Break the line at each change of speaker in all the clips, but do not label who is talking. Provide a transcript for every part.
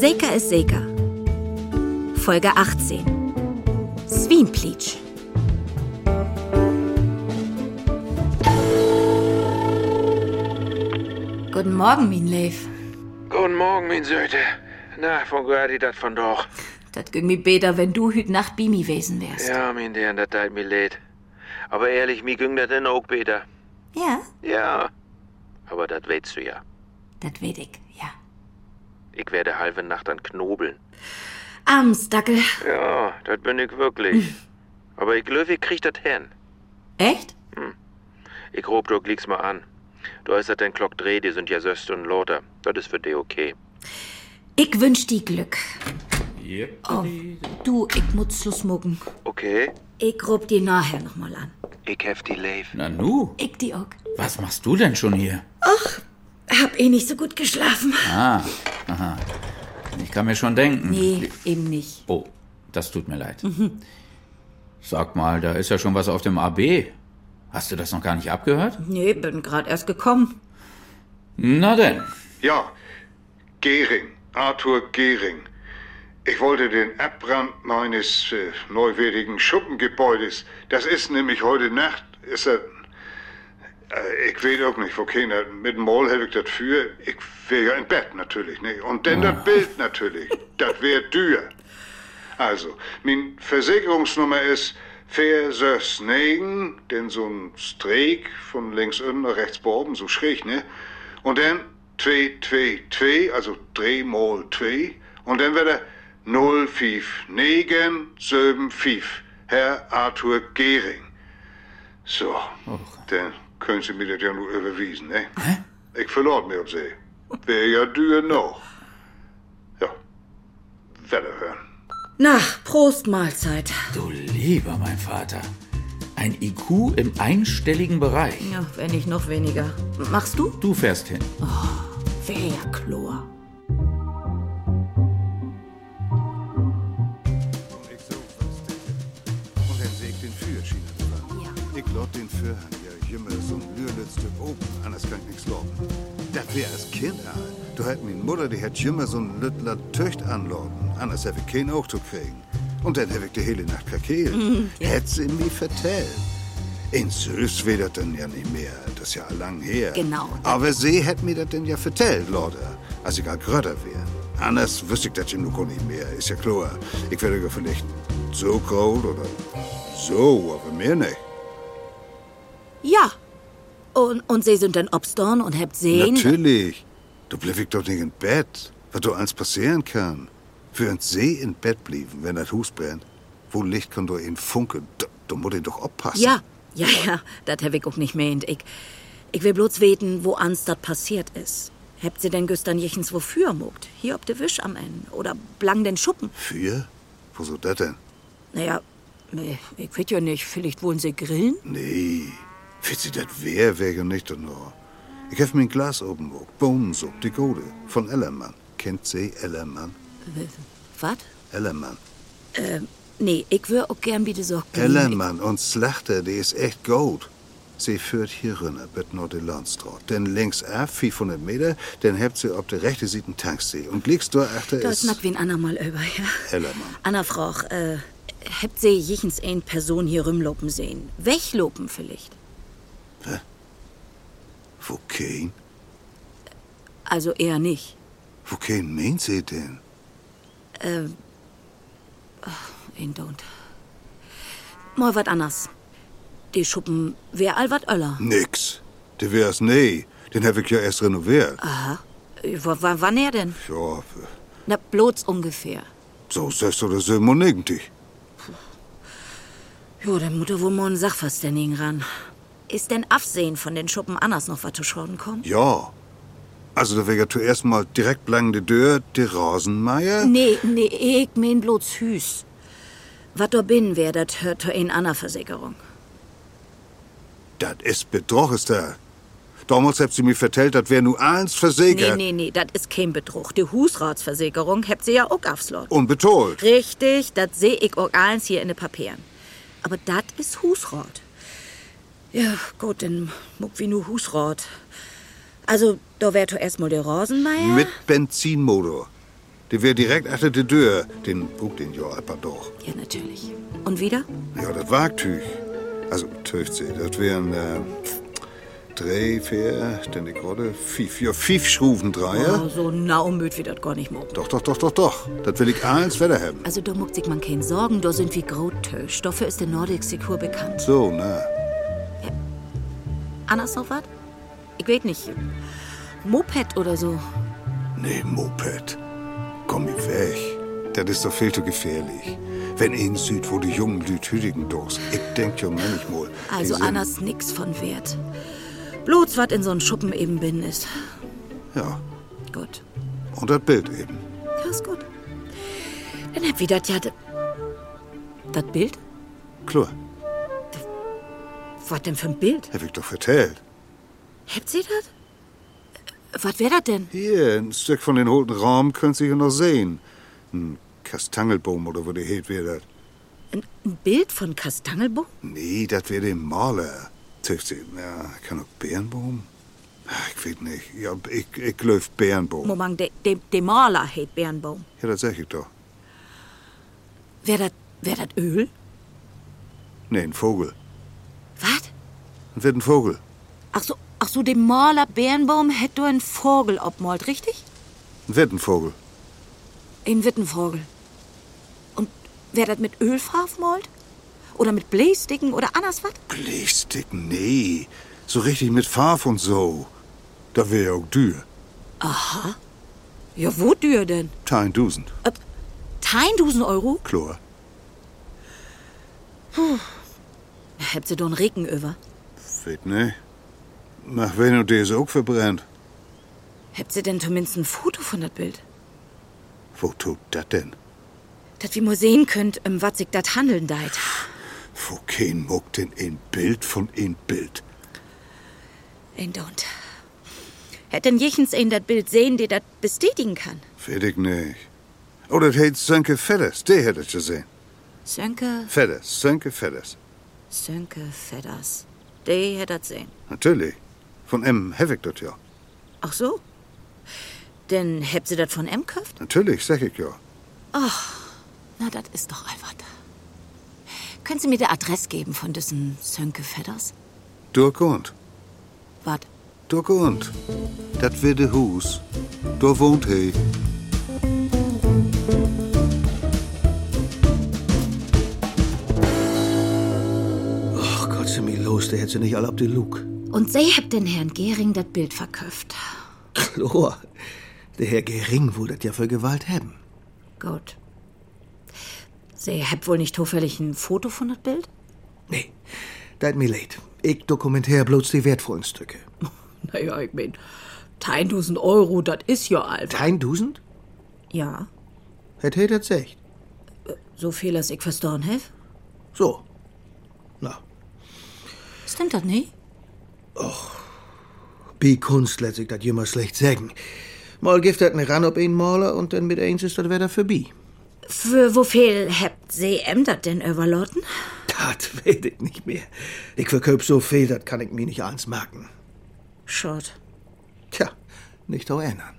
Michael Seeger. Folge 18. Swinpleach.
Guten Morgen, Minleif.
Guten Morgen, min Söte. Na, von Guadi dat von doch.
Das ging mir besser, wenn du hüt Nacht Bimi gewesen wärst.
Ja, min deren, dat teilt mir leid. Aber ehrlich, mi ging dat denn auch beter.
Ja,
Ja. Aber dat weißt du ja.
das weet ich, ja.
Ich werde halbe Nacht an Knobeln.
Abends, Dackel.
Ja, dat bin ich wirklich. Aber ich glaube, ich krieg dat hin.
Echt?
Ich rob doch lieg's mal an. Du hast dat den Glock dreh, die sind ja söst und lauter. Dat ist für dich okay.
Ich wünsch dir Glück.
Yep.
Oh, du, ich muss Schluss mucken.
Okay?
Ich rub dir nachher nochmal an.
Ich heft die Leif.
Nanu,
Ich die auch.
was machst du denn schon hier?
Hab eh nicht so gut geschlafen.
Ah, aha. Ich kann mir schon denken.
Nee, eben nicht.
Oh, das tut mir leid. Sag mal, da ist ja schon was auf dem AB. Hast du das noch gar nicht abgehört?
Nee, bin grad erst gekommen.
Na denn.
Ja, Gehring, Arthur Gehring. Ich wollte den Abbrand meines äh, neuwertigen Schuppengebäudes, das ist nämlich heute Nacht, ist er. Äh, ich weiß auch nicht, wo keiner. Mit dem Maul hätte ich das für. Ich wäre ja im Bett natürlich, ne? Und dann das Bild natürlich. Das wäre dür. Also, mein Versicherungsnummer ist Versösnegen, denn so ein Streeck von links unten nach rechts oben, so schräg, ne? Und dann 2, 2, 2, also 3 mal 2. Und dann wird er 0, 5, 9, 7, 5. Herr Arthur Gehring. So, dann können Sie mir das ja nur überwiesen, ne? Ich verlor mir auf See. Wäre ja dür noch. Ja, werde hören.
Na, Prost, Mahlzeit.
Du lieber mein Vater. Ein IQ im einstelligen Bereich.
Ja, wenn nicht noch weniger. Machst du?
Du fährst hin.
Wär ja Chlor.
Ich so fast Und er sägt den Führerschein an. Ich lot den Führhang ja jümmer zum Lürlitz oben, anders kann ich nichts glauben. Das wär als Kind, Al. Du hätt min Mutter, die hätt jümmer so ein Lüttler Töcht anlocken, anders hätt ich keinen auch zu kriegen. Und dann hätt ich die hele Nacht verkehlt. Hätt sie mir vertellt. In Süß wär das denn ja nicht mehr, das ist ja lang her.
Genau.
Aber sie hätt mir das denn ja vertellt, Leute, als ich gar Grötter wär. Anders wüsste ich das ja nur nicht mehr, ist ja klar. Ich werde ja vielleicht so groß oder so, aber mehr nicht.
Ja. Und, und sie sind dann Obstorn und habt sehen.
Natürlich. Du blieb doch nicht im Bett, was du alles passieren kann. Für uns See im Bett blieben, wenn das Hus brennt. Wo Licht kann doch in Funken. Du, du musst ihn doch abpassen.
Ja, ja, ja, das hab ich auch nicht mehr. Ich, ich will bloß weten, wo ans das passiert ist. Habt sie denn gestern jechens wofür muckt? Hier ob de Wisch am Ende oder blang den Schuppen?
Für? Wo so das denn?
Naja, nee, ich weiß ja nicht, vielleicht wollen sie grillen?
Nee. Wird sie das wer, wäre nicht doch noch. Ich hab mir ein Glas oben wo. Bohnensuppe, die Gode. Von Ellermann. Kennt sie Ellermann?
Was?
Ellermann.
Nee, ich wär auch gern wieder so.
Ellermann und Slachter, die ist echt gut. Sie führt hier rüber, bet nur die Landstraat. Denn links ab, 500 Meter, dann habt sie auf der rechten Seite einen Tanksee. Und links da achter
Das
ist
mag wie ein andermal über, ja.
Ellermann.
Anna Frauch, äh, habt sie jechens ein Person hier rumlopen sehen? Weglopen vielleicht?
Wo kein?
Also eher nicht.
Wo kein meint sie denn?
Ein don't. Mal wat anders. Die Schuppen wär all wat öller.
Nix. Der wär's nee. Den hab ich ja erst renoviert.
W w- Äh, wann er denn?
Ja,
Na, bloß ungefähr.
so selbst oder so man irgendwie.
Jo, dann muss er wohl morgen Sachverständigen ran. Ist denn Absehen von den Schuppen anders noch wat zu schaden kommt?
Ja. Also da wär ja zuerst mal direkt lang die Tür, die Rasenmeier.
Nee, nee, ich mein bloß Hüs. Wat da bin wär, dat hört to in Anna Versicherung.
Das ist Betroches da. Damals habt sie mir vertellt, das wär nur eins versichert.
Nee, nee, nee, dat ist kein Betrug. Die Husratsversicherung hebt sie ja auch aufs Lot.
Unbetolt.
Richtig, das sehe ich auch eins hier in den Papieren. Aber das ist Husrat. Ja, gut, dann muck wie nur Husrat. Also, da wär to erstmal der Rosenmeier.
Mit Benzinmotor. Die wäre direkt achter die Tür, den Bug, den Jo Alpador.
Ja, natürlich. Und wieder?
Ja, das Wagtüch. Also, Töchtse, das wären äh, drei, vier, denn die Grotte, fief, ja, fief Schruven Dreier.
Oh, so naumüd wie das gar nicht mag.
Doch, doch, doch, doch, doch. Das will ich eins Wetter haben.
Also, da muckt sich man keine Sorgen, da sind wir grottösch. Dafür ist der Nordic Secure bekannt.
So, na.
Anders noch was? Ich weet nicht. Moped oder so.
Nee, Moped. Komm ich weg. Das ist doch viel zu gefährlich. Wenn ihn sieht, wo die jungen Lüt hüdigen durst. Ich denk ja manchmal. die
Also,
sind-
anders nix von Wert. Bloß, was in so einem Schuppen eben bin, ist.
Ja,
Gut.
und das Bild eben.
Ja, ist gut. Dann hab ich das ja. Das Bild?
Klar,
Was denn für ein Bild?
hab ich doch vertellt.
Habt ihr das? Was wär das denn?
Hier, ein Stück von den roten Raum könnt ihr ja noch sehen. Ein Kastangelbaum oder wo der hält wär das.
Ein, ein Bild von Kastangelbaum?
Nee, das wär der Maler. Tüft sie, ja, kann auch Bärenbaum? Ach, ich weiß nicht. Ja, ich, ich löf Bärenbaum.
Moment, der de, de Maler hat Bärenbaum.
Ja, das sag ich doch.
Wär das wär dat Öl?
Nee, ein Vogel.
Was?
Das wird ein Vogel.
Ach so, ach so, dem Maler Bärenbaum hätt du einen Vogel obmalt, richtig?
Das wird ein Vogel.
Ein Wittenvogel. Und wär das mit Ölfarb malt? Oder mit Blästicken oder anders was?
Plastik, nee. So richtig mit Farb und so. Da wär ja auch Dür.
Ja, wo dür denn?
Tein Dusend.
Äh, Teindusen Euro?
Chlor.
Habt ihr doch einen Regen über?
Fit, ne? Mach wenn und der ist auch verbrennt.
Habt ihr denn zumindest ein Foto von das Bild?
Wo tut das denn?
Dat wir mal sehen könnt, um was sich das handeln deit.
Wo kein Muck denn ein Bild von ein Bild?
Ein don't. Hätt denn jechens ein dat Bild sehen, der dat bestätigen kann?
Fit ich nicht. Oh, das hält Sönke Fedders, der hätte ich gesehen.
Sönke,
Fedders, Sönke Fedders.
Sönke Fedders. De hätt dat sehen.
Natürlich. Von M. Hevig das ja.
Ach so? Denn hebt sie dat von M köft?
Natürlich, sag ich ja.
Na, das ist doch einfach. Können Sie mir die Adresse geben von dessen Sönke Fedders?
Durk und.
Wart.
Durk und. Das wird de Hus. Da wohnt he.
Ach Gott, sie mir los, der hätte sie nicht alle ab die Luke.
Und sie habt den Herrn Gehring das Bild verkauft.
Klar, der Herr Gering wurde das ja für Gewalt haben.
Gut. Sie habt wohl nicht zufällig ein Foto von dat Bild?
Nee, dat mir leid. Ich dokumentiere bloß die wertvollen Stücke.
Naja, ich mein, 1000 Euro, dat is ja alt.
Dein Dusend?
Ja,
Hätte er das echt.
so viel, als ich verstorben hef.
So. Na,
Stimmt das nicht?
bi Kunst lässt sich dat jemals schlecht sagen. Mal gibt dat ne ran ob ein Maler und dann mit eins ist dat wieder vorbei.
Für wofür habt sie em dat denn überloten?
Dat weet ich nicht mehr. Ich verköp so viel, dat kann ich mir nicht eins merken.
Schott.
Tja, nicht auch ändern.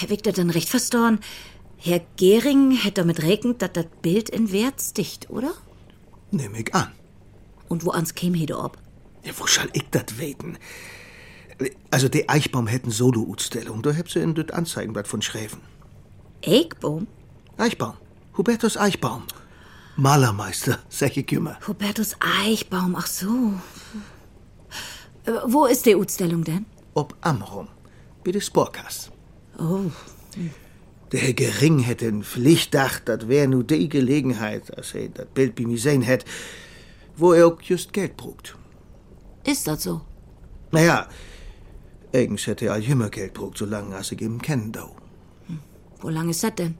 Hab ich das dann recht verstorben? Herr Gehring hätte damit regnet, dass das Bild in Wert sticht, oder?
Nimm ich an.
Und wo ans käme hede ob?
Ja, wo soll ich dat weten? Also, die Eichbaum hätten Solo-Utstellung. Da hätt sie in das Anzeigenblatt von Schräven.
Eggbaum?
Eichbaum. Hubertus Eichbaum. Malermeister, sag ich immer.
Hubertus Eichbaum, ach so. Äh, wo ist die Utstellung denn?
Ob Amrum. Bitte Sporkas.
Oh,
Der Herr Gering hätte in Pflicht dacht, dat wär nu die Gelegenheit, als er dat Bild bei mir sehen hätt, wo er auch just Geld brugt.
Ist das so?
Naja, eigens hätte er all immer Geld brugt, solange als ich ihn kennen do.
Wo lang ist das denn?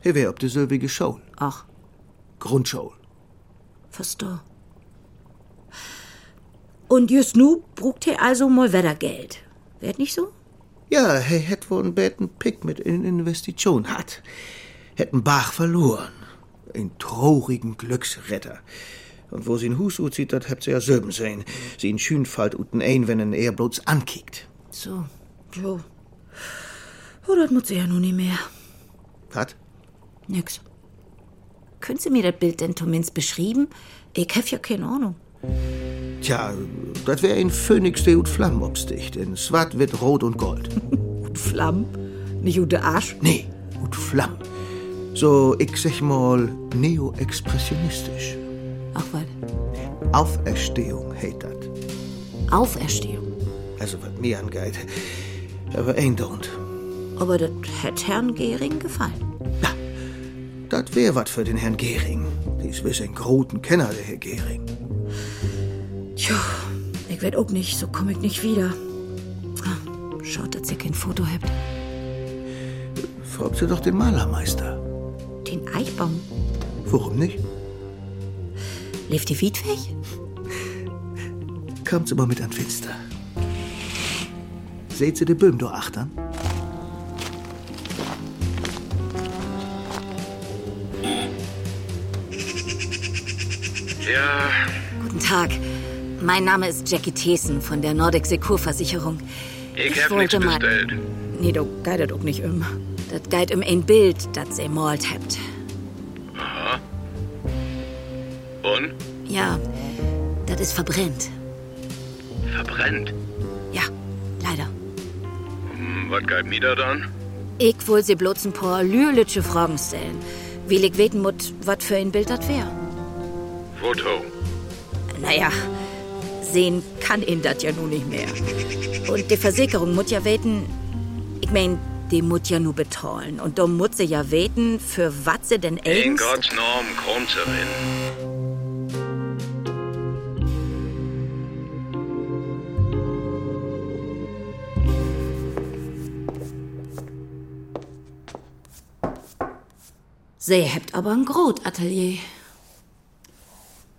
Er wär ob de silbige Schoul.
ach,
Grundschoul.
verstor. Und just nu brugt he also mal wieder Geld. Werd nicht so?
Ja, er hätt wohl einen betten Pick mit in Investition hat. Hätten Bach verloren. Einen traurigen Glücksretter. Und wo sie in Hus zieht, dat habt sie ja selben sehen. Sie in Schönfalt unten ein, wenn er bloß ankickt.
So.
Jo. Oh, das muss ich ja nun nicht mehr.
Hat?
Nix.
Können Sie mir das Bild denn zumindest beschrieben?
Ich hab ja keine Ahnung.
Tja, das wäre in Phönix der Ut Flamm obsticht. In Swat wird Rot und Gold.
Und Flamm? Nicht unter Arsch?
Nee, Ut Flamm. So, ich sag mal, neo-expressionistisch.
Ach was.
Auferstehung heet dat.
Auferstehung.
Also, was mir angeht. Aber ein don't.
Aber das hätte Herrn Gehring gefallen.
Das wäre was für den Herrn Gehring. Dies wis ein großen Kenner, der Herr Gehring.
Tja, ich werd auch nicht, so komm ich nicht wieder.
Ah, Schaut, dass ihr kein Foto habt.
Fragt sie doch den Malermeister.
Den Eichbaum.
Warum nicht?
Lebt ihr weit weg?
Kamt's aber mit an Finster. Seht sie de Böhm do achtern?
Ja,
Guten Tag. Mein Name ist Jackie Thesen von der Nordic Securversicherung.
ich, hab nichts bestellt.
Nee, du geidet auch nicht immer.
Das geht um ein Bild, das ihr malt habt.
Und?
Ja, das ist verbrennt.
Verbrennt.
Ja, leider.
Hm, was gab mir da dann?
Ich will Sie bloß ein paar lürlitsche Fragen stellen. Will ich weten mut, was für ein Bild das wäre?
Foto.
Naja, sehen kann ihn das ja nun nicht mehr. Und die Versicherung muss ja weten, ich mein, die muss ja nur betollen. Und da muss sie ja weten, für was sie denn
In
ängst.
Gottes Namen, kommt sie hin.
Sie hebt aber ein Grotatelier.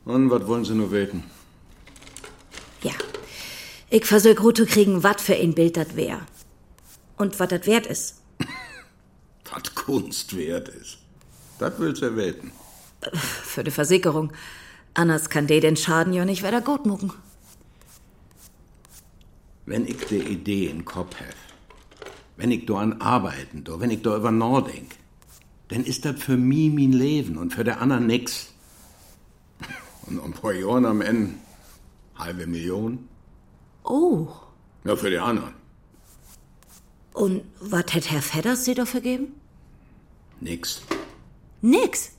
Und was wollen Sie nur weten?
Ja. Ich versuch gut zu kriegen, was für ein Bild das wär. Und was das wert ist.
Was Kunst wert ist. Das willst du weten.
Für die Versicherung. Anders kann die den Schaden ja nicht wieder gut mucken.
Wenn ich die Idee in Kopf hab, wenn ich do an arbeiten do, wenn ich do über Nor denk, dann ist das für mi mein Leben und für der anderen nix. Und um paar Jahren am Ende halbe Million?
Oh.
Ja, für die anderen.
Und was hätt Herr Fedders sie dafür geben?
Nix.
Nix.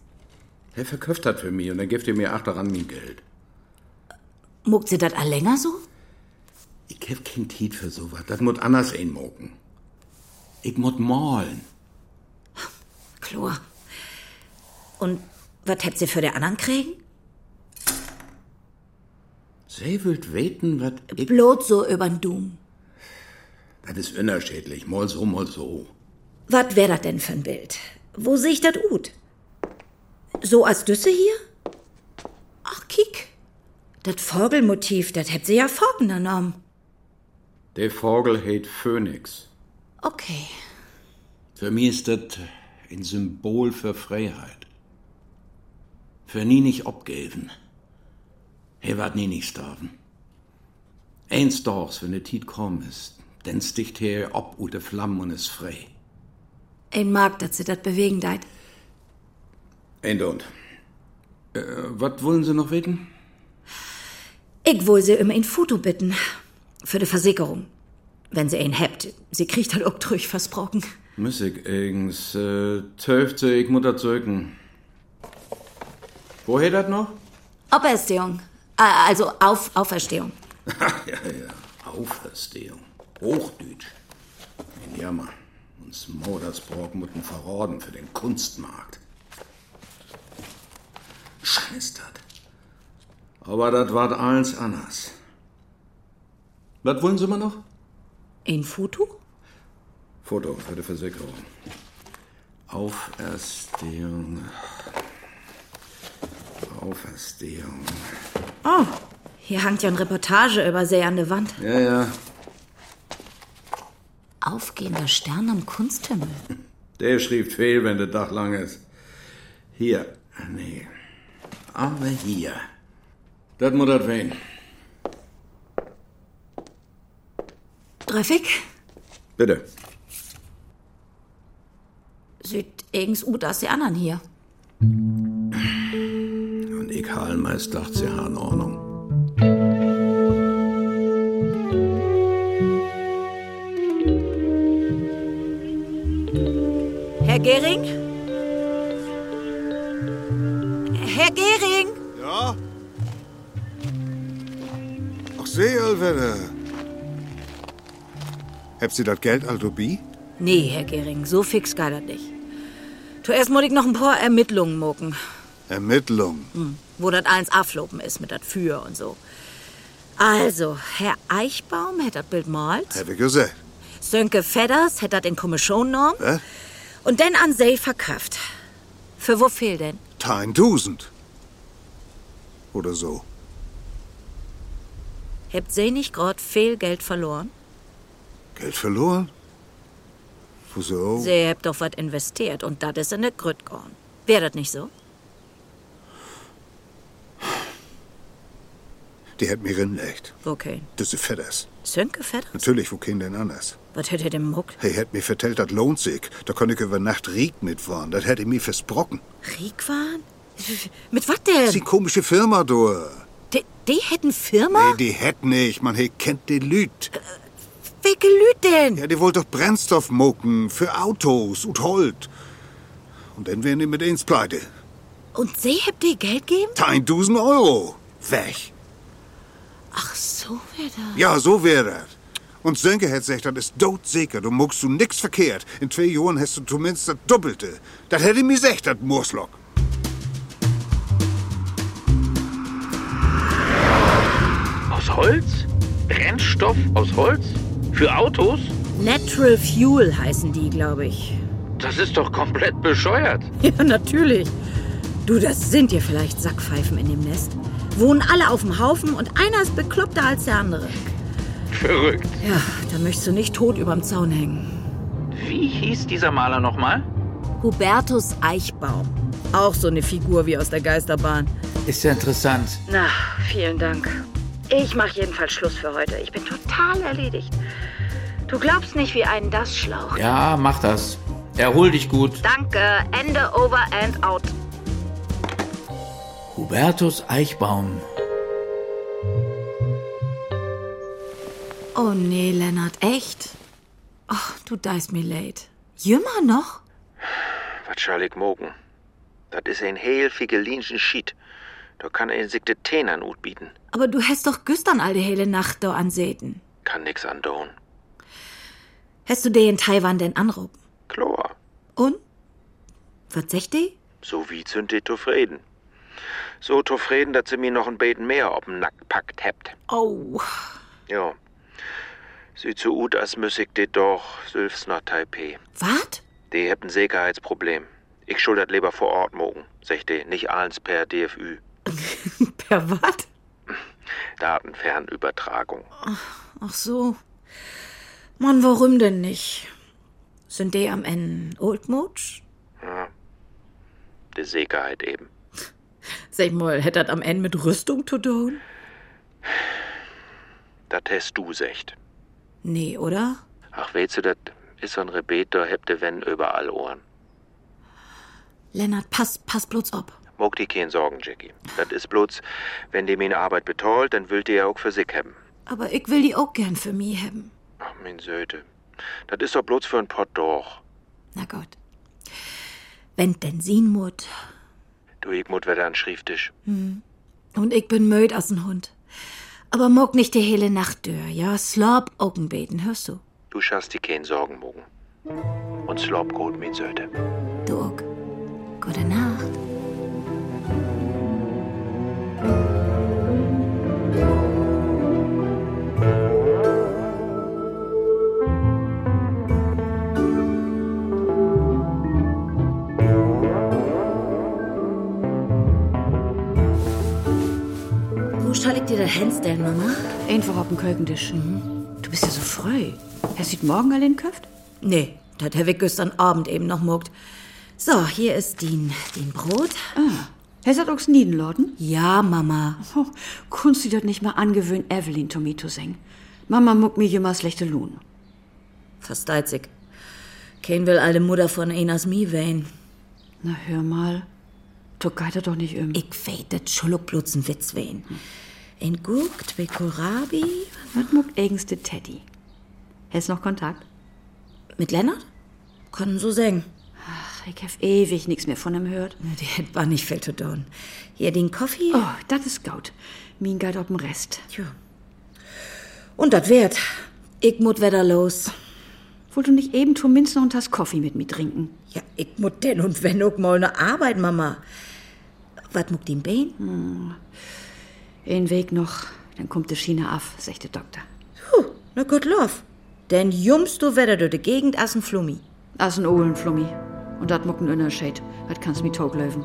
Er verkauft das für mich und dann gibt er mir achteran mein Geld.
Muckt sie das all länger so?
Ich hab kein Tiet für sowas, das muss anders einmoken. Ich muss malen.
Chlor. Und was habt ihr für die anderen kriegen?
Sie wollt weten, was ich...
Bloß so übern Doom.
Das ist unerschädlich, mal so, mal so.
Was wär das denn für ein Bild? Wo sehe ich das gut? So als Düsse hier? Ach, kick. Das Vogelmotiv, das habt ihr ja vorgenommen.
Der Vogel heet Phönix.
Okay.
Für mich ist das ein Symbol für Freiheit. Für nie nicht abgeben. Er wird nie nicht sterben. Eins Tages, wenn der Tiet kommen ist, dann sticht er ab ute Flammen und ist frei.
Ein mag, dass sie das bewegen deit.
End und. Äh, was wollen Sie noch wissen?
Ich wohl sie immer ein Foto bitten. Für die Versicherung. Wenn sie ein habt, sie kriegt halt auch durch versprochen.
Muss ich irgends, äh, töfte ich Mutter zöcken. Woher das noch?
Auferstehung. Ah, Also auf Auferstehung.
Ja, ja, Auferstehung. Hochdeutsch. Ein Jammer. Uns Modersburg mutten verraten für den Kunstmarkt. Scheiß dat. Aber das ward alles anders. Was wollen Sie mal noch?
Ein Foto?
Foto für die Versicherung. Auferstehung. Auferstehung.
Oh, hier hangt ja eine Reportage über sie an der Wand.
Ja, ja.
Aufgehender Stern am Kunsthimmel.
Der schrieb fehl, wenn der Dach lang ist. Hier. Nee. Aber hier. Das muss das wehen.
Treffig?
Bitte.
Sieht irgends gut aus, die anderen hier.
Und ich habe meist dacht, sie haben Ordnung.
Herr Gehring? Herr Gehring!
Ja? Ach, Seeölwenne. Habt ihr das Geld also bi?
Nee, Herr Gehring, so fix geht das nicht. Zuerst muss ich noch ein paar Ermittlungen mucken,
Ermittlung.
wo das eins aflopen ist mit dat Für und so. Also, Herr Eichbaum hätt dat Bild malt,
Hab ich gesagt.
Sönke Fedders hätt dat in Kommission genommen
Hä?
und dann an See verkauft. Für wo fehlt denn?
1000. Oder so.
Hebt See nicht grad viel Geld verloren?
Geld verloren? Wieso?
Sie habt doch was investiert und das ist in der Grüt gorn. Wär das nicht so?
Die hat mir rinlegt.
Okay.
Diese Fedders.
Sönke Vetter?
Natürlich, wo kein denn anders?
Was hätt er denn muckt?
Hey, hätt mir vertellt, das lohnt sich. Da konn ich über Nacht Rieg mitfahren. Das hätte mir versprochen.
Kriegwahn? Mit was denn?
Die komische Firma, du.
Die, die hätten Firma?
Nee, die hätt nicht. Man, hey, kennt die Lüt.
Wer gelüht denn?
Ja, die wollt doch Brennstoff mucken für Autos und Holt. Und dann wären die mit ins Pleite.
Und sie habt ihr Geld gegeben?
1000 Euro. Weg.
Ach so, wer da?
Ja, so wär das. Und Sönke hätt sich, das ist tot sicher. Du muckst du nix verkehrt. In zwei Jahren hast du zumindest das Doppelte. Das hätte mir gesagt, das Murslock.
Aus Holz? Brennstoff aus Holz? Für Autos?
Natural Fuel heißen die, glaube ich.
Das ist doch komplett bescheuert.
Ja, natürlich. Du, das sind ja vielleicht Sackpfeifen in dem Nest. Wohnen alle auf dem Haufen und einer ist bekloppter als der andere.
Verrückt.
Ja, da möchtest du nicht tot überm Zaun hängen.
Wie hieß dieser Maler nochmal?
Hubertus Eichbaum. Auch so eine Figur wie aus der Geisterbahn.
Ist ja interessant.
Na, vielen Dank. Ich mache jedenfalls Schluss für heute. Ich bin total erledigt. Du glaubst nicht, wie einen das schlaucht.
Ja, mach das. Erhol dich gut.
Danke. Ende over and out.
Hubertus Eichbaum.
Oh nee, Lennart, echt? Ach, du deist mir leid. Jümmer noch?
Was soll ich mogen? Das ist ein helfigelinschen Schied. Da kann er insekte Tänern ut bieten.
Aber du hast doch gestern all die hele Nacht da ansäten.
Kann nix andauern.
Hast du die in Taiwan denn anrufen?
Chlor.
Und? Was sagt die?
So wie sind die zufrieden. So zufrieden, dass sie mir noch ein Beten mehr ob'n Nack packt hebt.
Oh,
Ja. Sieht so ut, als müsse ich dit doch sülfs nach Taipei.
wat?
Die hebt ein Sicherheitsproblem. Ich schuldet lieber vor Ort mogen, sech die, nicht ahns per DFÜ.
Per wat?
Datenfernübertragung.
Ach so. Mann, warum denn nicht? Sind die am Ende Oldmutsch?
Die Sicherheit eben.
Sag mal, hätt das am Ende mit Rüstung zu tun?
Dat hast du secht.
Nee, oder?
Ach, weißt du, das ist so ein Rebet, da hebt de wenn überall Ohren.
Lennart, pass, pass bloß ob.
Mog die keinen Sorgen, Jackie. Das ist bloß, wenn die meine Arbeit betollt, dann will die ja auch für sich haben.
Aber ich will die auch gern für mich haben.
Ach, mein Söte. Das ist doch bloß für ein Pott doch.
Na Gott. Wenn denn sehen mut.
Du, ich mut wieder an den Schrifttisch.
Und ich bin müd als ein Hund. Aber mock nicht die hele Nacht dür, ja? Slop Augenbeten, hörst du?
Du schaffst die keinen Sorgen, Mogen. Und slob gut, mein Söte.
Du auch. Gute Nacht.
Wo soll ich dir das hinstellen, Mama? Mhm.
Einfach auf dem Kölkendisch. Du bist ja so früh. Hast du heute morgen allein geköpft?
Nee, das habe ich gestern Abend eben noch muckt. So, hier ist den, den Brot.
Hast du auch Niedenladen?
Ja, Mama.
Oh, kunst du das nicht mal angewöhnen, Evelyn Tommy zu singen? Mama muck mir jemals schlechte Lohn.
fast 30. Kane will alle Mutter von Enas Mi wehen.
Na, hör mal. Du geitet doch nicht um. im.
Ich weet, das Schuluckblutz ein Witz wehen. Ein Gurkt, Bekorabi.
Was muckt eigens de Teddy? Hast noch Kontakt?
Mit Lennart? Können so sagen.
Ach, ich hab ewig nichts mehr von ihm gehört.
Die hätt war nicht viel zu tun. Hier den Kaffee.
Oh, das ist gut. Min galt ob'm Rest.
Tja. Und das wert. Ich mut wieder los.
Wollt du nicht eben zumindest noch ein Tass Kaffee mit mir trinken?
Ja, ich mut denn und wenn auch mal ne Arbeit, Mama. Was muckt ihm Bein?
Ein Weg noch, dann kommt de Schiene af, sagt der Doktor.
Huh, na gut lauf. Denn jummst du wieder durch die Gegend als ein Flummi.
Das ist ein Ohlenflummi. Und dat muckt ein Innershade. Das kannst mir taug löwen.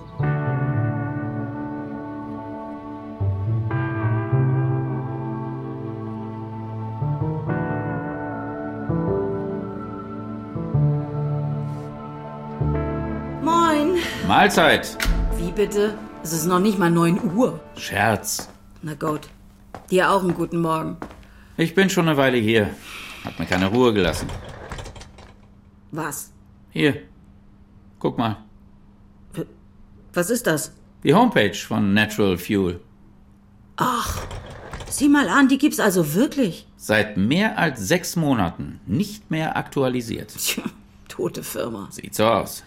Moin.
Mahlzeit!
Wie bitte? Es ist noch nicht mal 9 Uhr.
Scherz.
Na gut. Dir auch einen guten Morgen.
Ich bin schon eine Weile hier. Hat mir keine Ruhe gelassen.
Was?
Hier. Guck mal.
Was ist das?
Die Homepage von Natural Fuel.
Sieh mal an, die gibt's also wirklich.
Seit mehr als sechs Monaten nicht mehr aktualisiert.
Tja, tote Firma.
Sieht so aus.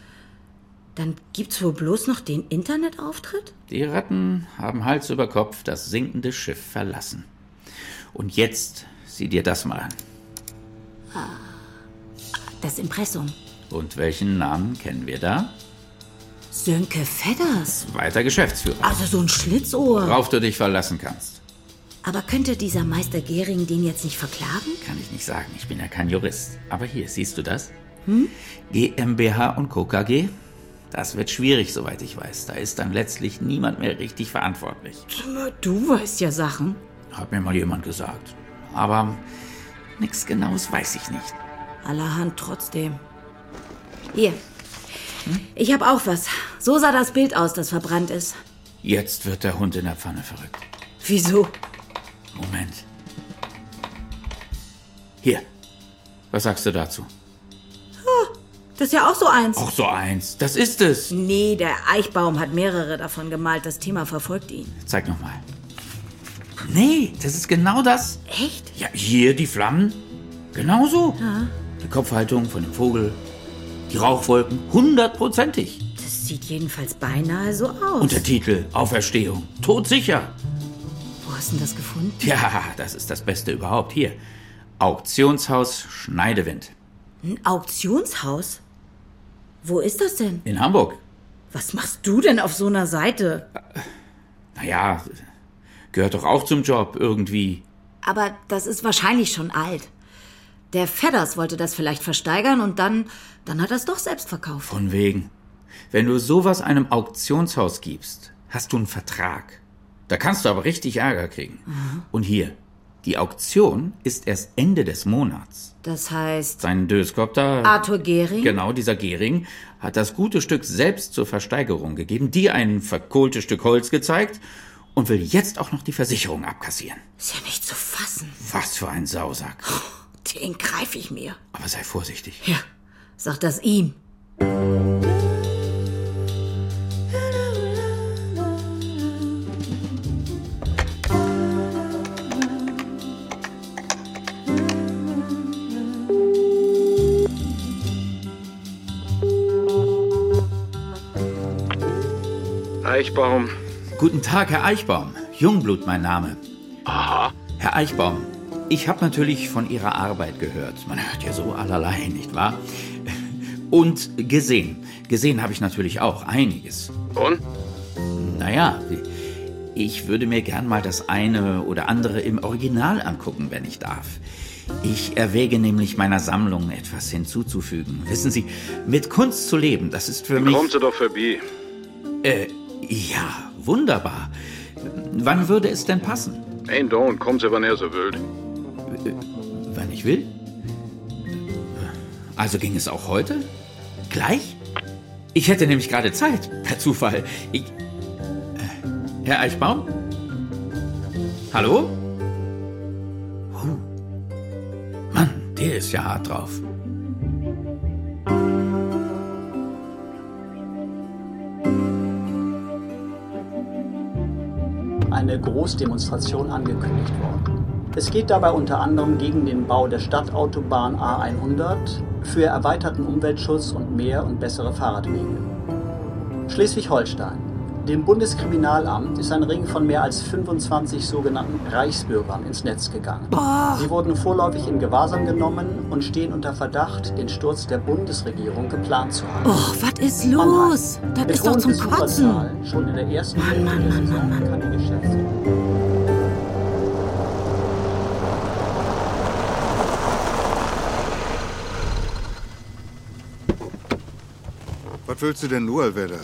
Dann gibt's wohl bloß noch den Internetauftritt?
Die Ratten haben Hals über Kopf das sinkende Schiff verlassen. Und jetzt sieh dir das mal an.
Das Impressum.
Und welchen Namen kennen wir da?
Sönke Fedders.
Weiter Geschäftsführer.
Also so ein Schlitzohr.
Worauf du dich verlassen kannst,
Aber könnte dieser Meister Gehring den jetzt nicht verklagen?
kann ich nicht sagen. Ich bin ja kein Jurist. Aber hier, siehst du das? GmbH und Co. KG? Das wird schwierig, soweit ich weiß. Da ist dann letztlich niemand mehr richtig verantwortlich.
Du weißt ja Sachen.
Hat mir mal jemand gesagt. Aber nichts Genaues weiß ich nicht.
Allerhand trotzdem. Hier. Ich hab auch was. So sah das Bild aus, das verbrannt ist.
Jetzt wird der Hund in der Pfanne verrückt.
Wieso?
Moment. Hier. Was sagst du dazu?
Das ist ja auch so eins.
Auch so eins. Das ist es.
Nee, der Eichbaum hat mehrere davon gemalt. Das Thema verfolgt ihn.
Zeig nochmal. Nee, das ist genau das.
Echt?
Ja, hier die Flammen. Genau so. Die Kopfhaltung von dem Vogel. Die Rauchwolken. Hundertprozentig.
Das sieht jedenfalls beinahe so aus.
Und der Titel. Auferstehung. Todsicher.
Wo hast du denn das gefunden?
Ja, das ist das Beste überhaupt. Hier. Auktionshaus Schneidewind.
Ein Auktionshaus? Wo ist das denn?
In Hamburg.
Was machst du denn auf so einer Seite?
Naja, gehört doch auch zum Job irgendwie.
Aber das ist wahrscheinlich schon alt. Der Fedders wollte das vielleicht versteigern und dann, dann hat er es doch selbst verkauft.
Von wegen. Wenn du sowas einem Auktionshaus gibst, hast du einen Vertrag. Da kannst du aber richtig Ärger kriegen. Und hier, die Auktion ist erst Ende des Monats.
Das heißt,
Sein Döskopter,
Arthur Gehring?
genau dieser Gehring, hat das gute Stück selbst zur Versteigerung gegeben, die ein verkohltes Stück Holz gezeigt und will jetzt auch noch die Versicherung abkassieren.
Ist ja nicht zu fassen.
Was für ein Sausack.
Den greife ich mir.
Aber sei vorsichtig.
Ja, sag das ihm.
Eichbaum,
Guten Tag, Herr Eichbaum. Jungblut mein Name. Aha. Herr Eichbaum, ich habe natürlich von Ihrer Arbeit gehört. Man hört ja so allerlei, nicht wahr? Und gesehen. Gesehen habe ich natürlich auch einiges.
und?
Naja, ich würde mir gern mal das eine oder andere im Original angucken, wenn ich darf. Ich erwäge nämlich meiner Sammlung etwas hinzuzufügen. Wissen Sie, mit Kunst zu leben, das ist für mich...
Kommst du doch vorbei.
Ja, wunderbar. Wann würde es denn passen?
Ein Don, kommst du, wann er so will.
Wann ich will? Also ging es auch heute? Gleich? Ich hätte nämlich gerade Zeit, per Zufall. Ich. Äh, Herr Eichbaum? Hallo? Huh. Mann, der ist ja hart drauf.
eine Großdemonstration angekündigt worden. Es geht dabei unter anderem gegen den Bau der Stadtautobahn A100, für erweiterten Umweltschutz und mehr und bessere Fahrradwege. Schleswig-Holstein. Dem Bundeskriminalamt ist ein Ring von mehr als 25 sogenannten Reichsbürgern ins Netz gegangen. Sie wurden vorläufig in Gewahrsam genommen und stehen unter Verdacht, den Sturz der Bundesregierung geplant zu haben.
Och, Oh, was ist los? Das
Mit
ist doch
hohen
zum Kotzen.
Besucherzahlen Schon in der ersten Hälfte der Saison kann die Geschäfts-
Was willst du denn nur, Alweda?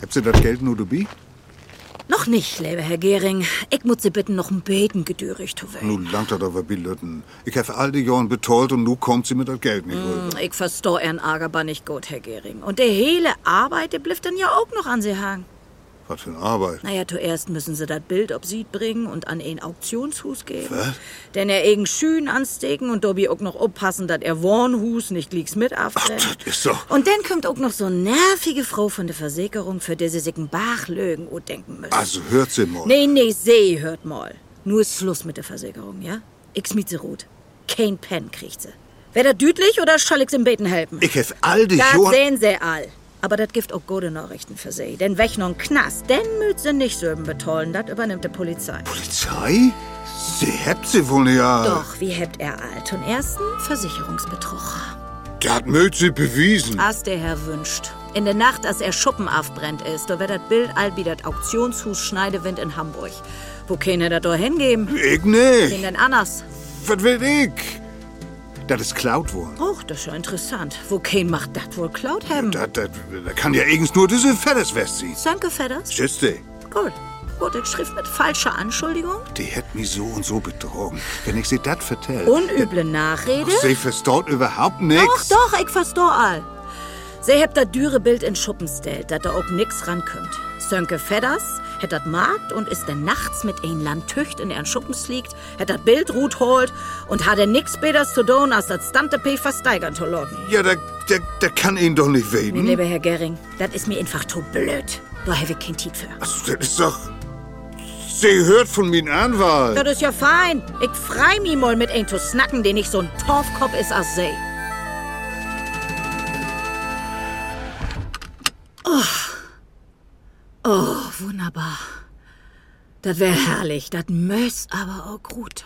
Habt ihr das Geld nur dabei?
Noch nicht, lieber Herr Gehring. Ich muss Sie bitten, noch ein Beten gedürig zu werden.
Nun langt das aber Billetten. Ich habe all die Jahren betollt und nu kommt sie mit das Geld nicht rüber.
Ich verstehe Ihren Ärger aber nicht gut, Herr Gehring. Und der hele Arbeit, der blieft dann ja auch noch an Sie hang.
Was für eine Arbeit.
Naja, zuerst müssen sie das Bild ob Sied bringen und an ein Auktionshus geben. Was? Denn er irgend Schühen anstecken und Dobby auch noch aufpassen, dass er Warnhus nicht gleich mit
Das
aftrennt.
ist doch.
Und dann kommt auch noch so eine nervige Frau von der Versicherung, für die sie sich einen Bachlögen denken müssen.
Also hört sie mal.
Nee, nee, seh, hört mal. Nur ist Schluss mit der Versicherung, ja? Ich smiet sie rot. Kein Pen kriegt sie. Wär das dütlich oder soll ich's im Beten helfen?
Ich habe all die
Das
Jahren.
sehen sie all. Aber das gibt auch gute Nachrichten für sie. Denn weg noch ein Knast, denn müd sie nicht Söben betollen. Das übernimmt die Polizei.
Polizei? Sie habt sie wohl nicht. Ja.
Doch, wie hebt er all? Zum ersten Versicherungsbetrug.
Das mögt sie bewiesen.
Als der Herr wünscht. In der Nacht, als er Schuppen aufbrennt ist, da wär das Bild all wie das Auktionshus Schneidewind in Hamburg. Wo kann er das da hingeben?
Ich nicht.
Wen denn anders?
Was will ich? Das ist klaut worden.
Och, das ist ja interessant. Wo kein macht das wohl Cloud haben?
Das, das, das kann ja irgends nur diese Fetteswest sehen.
Danke, Fedders.
Schützt dich.
Gut. Gut, ich schrift mit falscher Anschuldigung.
Die hätt mich so und so betrogen. Wenn ich sie das vertell.
Unüble Nachrede.
Sie verstaut überhaupt
Doch,
nix.
doch, ich versteh all. Sie hebt das dürre Bild in Schuppen stellt, dat da auch nix rankommt. Sönke Fedders hätt dat Markt und ist denn nachts mit ein Landtücht in ihren Schuppens liegt, hätt dat Bild ruht holt und hat er nix beders zu tun, als dat Stante P versteigern zu lassen.
Ja, da, da, da kann ihn doch nicht
Mein
wegen.
lieber Herr Gering, dat ist mir einfach zu blöd. Da habe ich kein Tiet für.
Also, das ist doch. Sie hört von mir an, weil.
Das ist ja fein. Ich frei mich mal mit ein zu snacken, den ich so ein Torfkopf ist als See. Oh. oh, wunderbar. Das wär herrlich. Das müsst aber auch gut.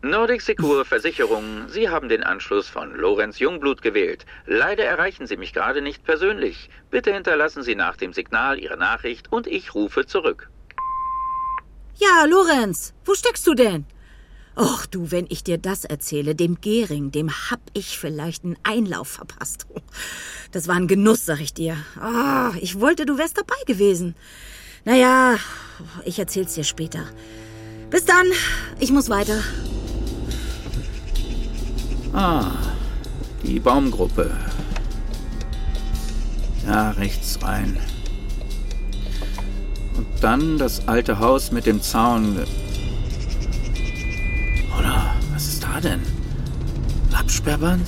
Nordic Secure Versicherungen, Sie haben den Anschluss von Lorenz Jungblut gewählt. Leider erreichen Sie mich gerade nicht persönlich. Bitte hinterlassen Sie nach dem Signal Ihre Nachricht und ich rufe zurück.
Ja, Lorenz, wo steckst du denn? Och du, wenn ich dir das erzähle, dem Gehring, dem hab ich vielleicht einen Einlauf verpasst. Das war ein Genuss, sag ich dir. Ah, ich wollte, du wärst dabei gewesen. Naja, ich erzähl's dir später. Bis dann, ich muss weiter.
Die Baumgruppe. Da rechts rein. Und dann das alte Haus mit dem Zaun. Oder was ist da denn? Absperrband?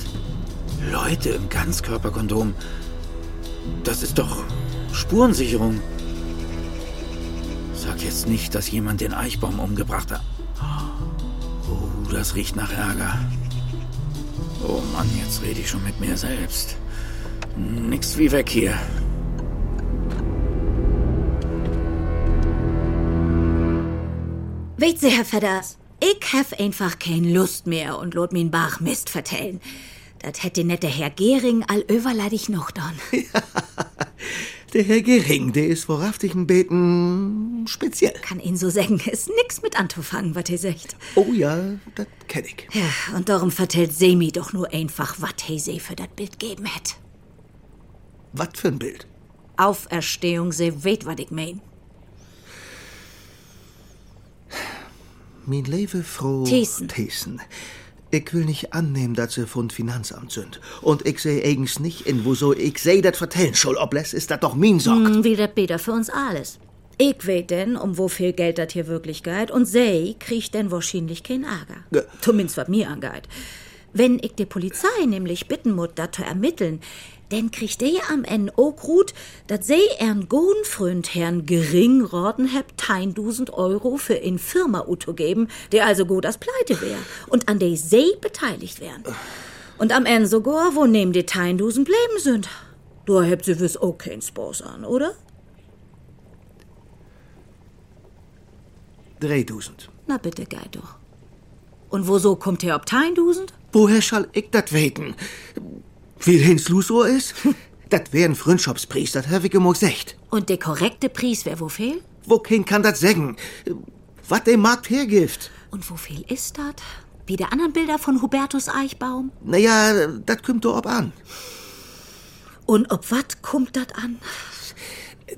Leute im Ganzkörperkondom. Das ist doch Spurensicherung. Sag jetzt nicht, dass jemand den Eichbaum umgebracht hat. Oh, das riecht nach Ärger. Oh Mann, jetzt rede ich schon mit mir selbst. Nix wie weg hier.
Weht Sie, Herr Fedders, ich hab einfach kein Lust mehr und lot mir Bach Mist vertellen. Das hätte nette Herr Gehring all überleidig noch dann.
Der Herr Gering, der ist vorhaftig ein Beten speziell.
Kann ihn so sagen, ist nix mit anzufangen, was ihr sagt.
Oh ja, das kenn ich.
Ja, und darum vertellt Semi doch nur einfach, was Heise für das Bild geben hätt.
Was für ein Bild.
Auferstehung, se weht, was ich mein.
Mein Leve Frau
Thiessen.
Thiessen. Ich will nicht annehmen, dass sie von Finanzamt sind. Und ich seh eigens nicht in, wieso ich seh das vertellen soll. Ob das ist das doch mein Sorg.
Hm, Wie das Peter für uns alles. Ich weet denn, um wo viel Geld das hier wirklich geht, und sei kriegt denn wahrscheinlich kein Ärger.
Ja.
Zumindest was mir angeht. Wenn ich die Polizei nämlich bitten muss, das zu ermitteln, denn kriegt de am Ende auch gut, dat se ern Gohnfrönd Herrn Geringorden heb 1000 Euro für in Firma Uto geben, der also gut als pleite wär und an de See beteiligt wären. Und am Ende sogar, wo neben die 1000 bleiben sind. Du hebt sie fürs auch keinen Spaß an, oder?
3000.
Na bitte, geh doch. Und wieso kommt der ob 1000?
Woher soll ich das weten? Wie hins Lusohr ist? das wären Fründschopspriest, das hab ich immer gesagt.
Und der korrekte Preis wär wo fehl?
Wo kein kann das sagen? Was der Markt hergibt?
Und wo fehl ist das? Wie der anderen Bilder von Hubertus Eichbaum?
Naja, das kommt doch ob an.
Und ob wat kommt dat an?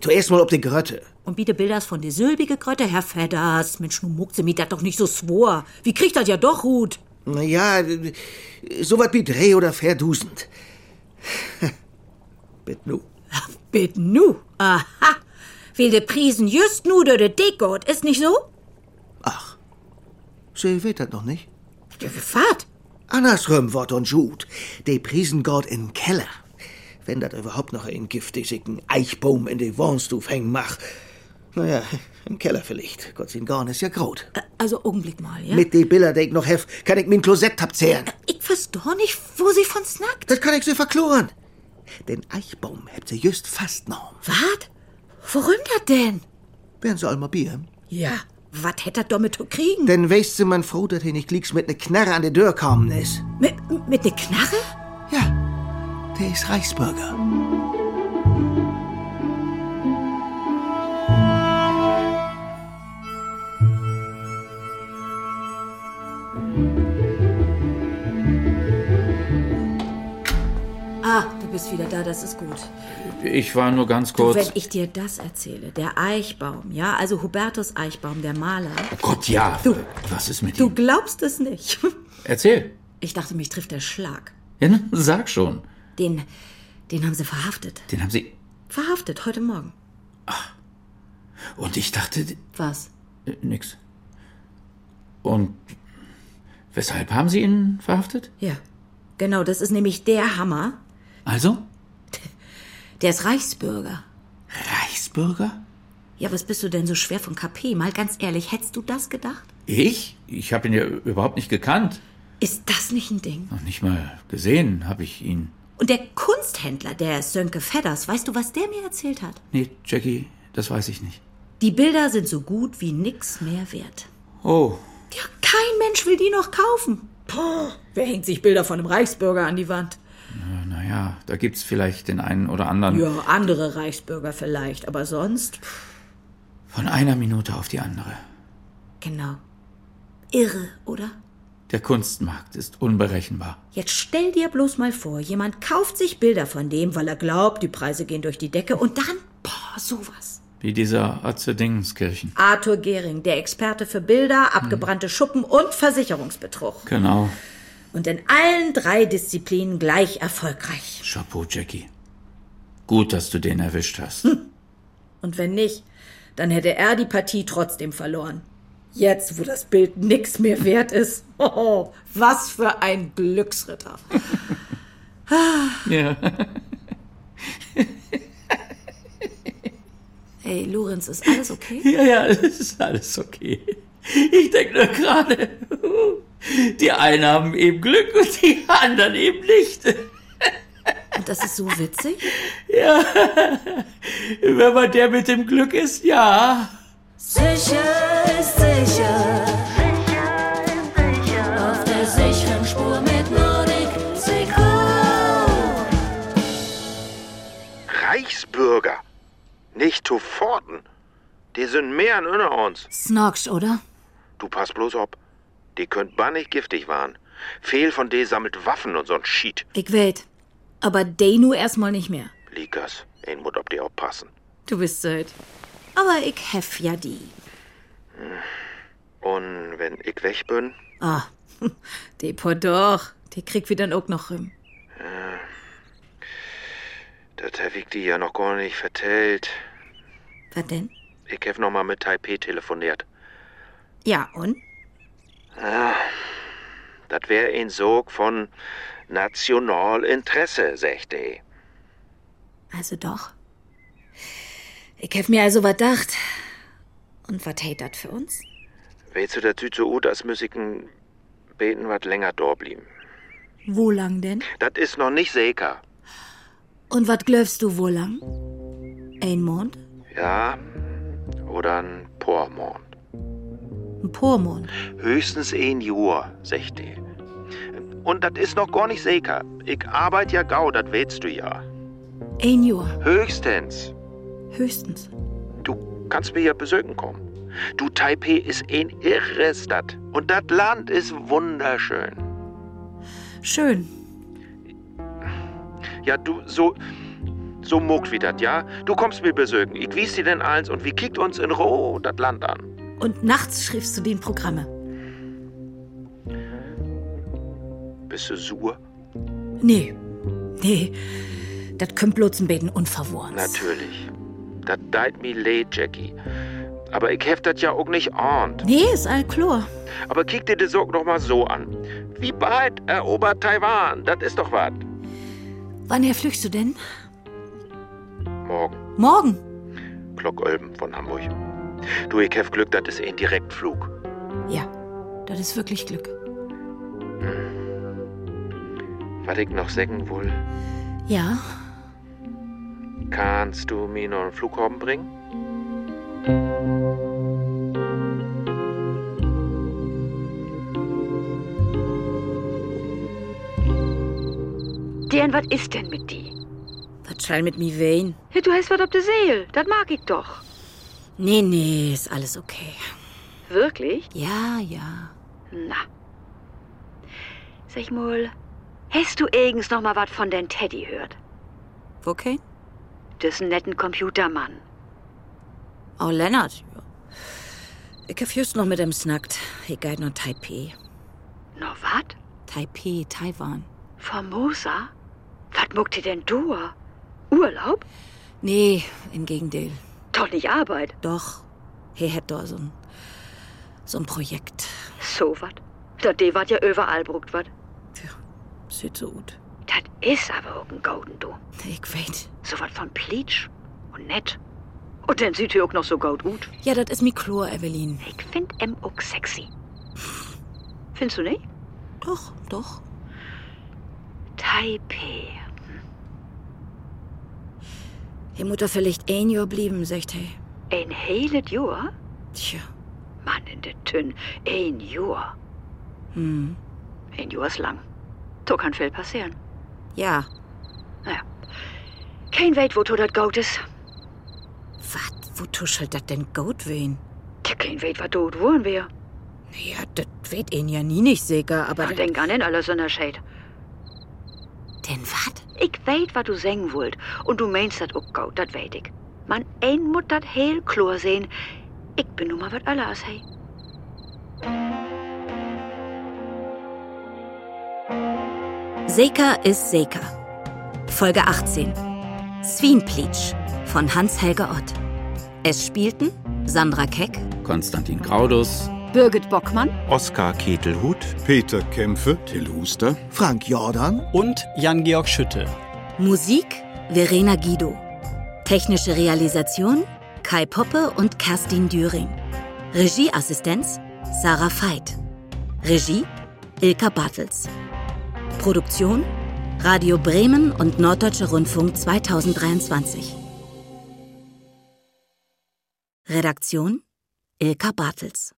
Zuerst mal ob die Grötte.
Und biete Bilders von de sülbige Grötte, Herr Fedders. Mensch, nun muckt sie mit dat doch nicht so swor. Wie kriegt dat ja doch gut?
Naja, so wat wie drei oder verdusend. Bit nu.
Bit nu? Aha. Will de Priesen just nu de Dickgott, ist nicht so?
Ach, sie weht dat noch nicht.
Ja, Fahrt.
Andersrum wort und gut. De Priesen Gott in Keller. Wenn dat überhaupt noch ein giftigen Eichbaum in de Wohnstuf hängen mach. Naja, im Keller vielleicht. Gott sei Dank ist ja grot.
Also, Augenblick mal, ja?
Mit de Biller, die ich noch hef, kann ich min Klosett abzehren.
Ich verstehe nicht, wo sie von snackt.
Das kann ich sie verkloren. Den Eichbaum hebt sie just fast noch.
Wat? Worum dat denn?
Wären sie allmal Bier?
Ja. Wat hätt dat damit zu kriegen?
Denn weißt sie, man froh, dass hier nicht liegst mit ne Knarre an der Tür kommen ist.
Mit, mit ne Knarre?
Ja, der ist Reichsbürger.
Ah, du bist wieder da, das ist gut.
Ich war nur ganz kurz.
Du, wenn ich dir das erzähle, der Eichbaum, ja, also Hubertus Eichbaum, der Maler.
oh Gott, ja.
Du-
Was ist mit
Du
ihm?
glaubst es nicht.
Erzähl.
Ich dachte, mich trifft der Schlag.
Ja, ne? sag schon.
Den, den haben sie verhaftet.
Den haben sie.
Verhaftet, heute Morgen.
Und ich dachte. die-
Was?
äh, Nix. Und. Weshalb haben sie ihn verhaftet?
Ja. Genau, das ist nämlich der Hammer.
Also?
Der ist Reichsbürger.
Reichsbürger?
Ja, was bist du denn so schwer von KP? Mal ganz ehrlich, hättest du das gedacht?
Ich? Ich habe ihn ja überhaupt nicht gekannt.
Ist das nicht ein Ding?
Noch nicht mal gesehen habe ich ihn.
Und der Kunsthändler, der Sönke Fedders, weißt du, was der mir erzählt hat?
Nee, Jackie, das weiß ich nicht.
Die Bilder sind so gut wie nix mehr wert.
Oh,
Ja, kein Mensch will die noch kaufen. Puh, wer hängt sich Bilder von einem Reichsbürger an die Wand?
naja, da gibt's vielleicht den einen oder anderen.
Ja, andere Reichsbürger vielleicht, aber sonst? Pff,
Von einer Minute auf die andere.
Genau. Irre, oder?
Der Kunstmarkt ist unberechenbar.
Jetzt stell dir bloß mal vor, jemand kauft sich Bilder von dem, weil er glaubt, die Preise gehen durch die Decke und dann, boah, sowas.
Wie dieser Atze Dingenskirchen.
Arthur Gehring, der Experte für Bilder, abgebrannte Schuppen und Versicherungsbetrug.
Genau.
Und in allen drei Disziplinen gleich erfolgreich.
Chapeau, Jackie. Gut, dass du den erwischt hast.
Und wenn nicht, dann hätte er die Partie trotzdem verloren. Jetzt, wo das Bild nix mehr wert ist. Oh, was für ein Glücksritter.
Ja.
Ey, Lorenz, ist alles okay?
ja, ja, es ist alles okay. Ich denke nur gerade, die einen haben eben Glück und die anderen eben nicht.
Und das ist so witzig?
Wenn man der mit dem Glück ist, ja.
Reichsbürger. Nicht Tuforten. Die sind mehr an unter uns.
Snorkst, oder?
Du pass bloß ob. Die könnt bannig giftig waren. Fehl von D sammelt Waffen und so'n Schied.
Ich weit. Aber Danu erstmal nicht mehr.
Likas, ein muss ob die auch passen.
Du bist süd. Aber ich hef ja die.
Und wenn ich weg bin,
Ah, die doch. Die krieg wir dann auch noch rüm.
das hab ich dir ja noch gar nicht vertellt.
Was denn?
Ich hab noch mal mit Taipei telefoniert.
Ja, und?
Das wär ein Sog von Nationalinteresse, sagt er.
Also doch.
Ich hab mir also was gedacht. Und was hätt dat für uns?
Willst du dazu zu Ut, das müssigen beten, was länger dort blieben?
Wo lang denn?
Das ist noch nicht sicher.
Und was glöfst du wo lang? Ein Mond?
Ja, oder ein Pormond.
Ein Pormond?
Höchstens ein Jahr, sagt die. Und das ist noch gar nicht sicher. Ich arbeite ja gau, das weißt du ja.
Ein Jahr,
Höchstens.
höchstens.
Du kannst mir ja besögen kommen. Du, Taipei ist ein irre Stadt. Und das Land ist wunderschön.
Schön.
Ja, du, so. So muckt wie das, ja? Du kommst mir besögen. Ich wies dir denn eins und wir kickt uns in Roh das Land an.
Und nachts schriftst du den Programme.
Bist du sur?
Nee, nee. Das kömmt bloß ein beten unverworren.
Natürlich. Das deit mi leid, Jackie. Aber ich heft das ja auch nicht ahnt.
Nee, ist all Chlor.
Aber kick dir die Sorg noch mal so an. Wie bald erobert Taiwan? Das ist doch was.
Wann her flüchst du denn?
Morgen,
Morgen.
Glockölben von Hamburg. Du, ich hef Glück, das ist ein Direktflug.
Ja, das ist wirklich Glück.
Was ich noch sägen will,
Ja,
kannst du mir noch einen Flughafen bringen?
Deren, was ist denn mit die?
Was schall mit mi wein?
Ja, du hast was auf der Seele. Das mag ich doch.
Nee, nee, ist alles okay.
Wirklich?
Ja, ja.
Na. Sag mal, hast du eigens noch mal was von den Teddy hört?
Okay.
Des netten Computermann.
Oh, Lennart. ja. Ich hab just noch mit ihm snackt. Ich geh nach Taipei.
No wat?
Taipei, Taiwan.
Formosa? Was muckt ihr denn du? Urlaub?
Nee, im Gegenteil.
Doch nicht Arbeit.
Doch, he hätt da so ein, so ein Projekt.
So wat? Da de wat ja überall brugt wat.
Sieht so gut.
Das is aber auch ein Golden, du.
Ich weiß.
So wat von Pleatsch und nett. Und dann sieht ihr auch noch so gut ut.
Ja, das ist mi Chlor, Evelyn.
Ich find em auch sexy. Findest du nicht?
Doch, doch.
Taipei.
He Mutter vielleicht ein Jahr blieben, sagt he.
Ein heilet Jahr?
Tja,
Mann in de Tünn, ein Jahr.
hm.
Ein Jahr ist lang. Da kann viel passieren.
Ja,
Naja. Kein Weit, wo du dat Gold ist.
wat, wo tuschelt dat denn gut wen?
Tja, Kein Weit, wat dort wohnen wir.
Ja, das weht ihn ja nie nicht sicher, aber...
Ach, denk an den alles Unterschied.
denn wat?
Ich weet, wat du singen wollt. Und du meinst dat auch Gold, dat weet ich. Man, ein mut dat heel klor sehen. Ich bin nun mal wat alles, hey.
Seker ist Seker. Folge 18. Swinpleach von Hans-Helge Ott. Es spielten Sandra Keck,
Konstantin Graudus,
Birgit Bockmann,
Oskar Ketelhut,
Peter Kämpfe,
Till Huster,
Frank Jordan,
Und Jan-Georg Schütte.
Musik Verena Guido. Technische Realisation Kai Poppe und Kerstin Düring. Regieassistenz Sarah Veit. Regie Ilka Bartels. Produktion Radio Bremen und Norddeutscher Rundfunk 2023. Redaktion Ilka Bartels.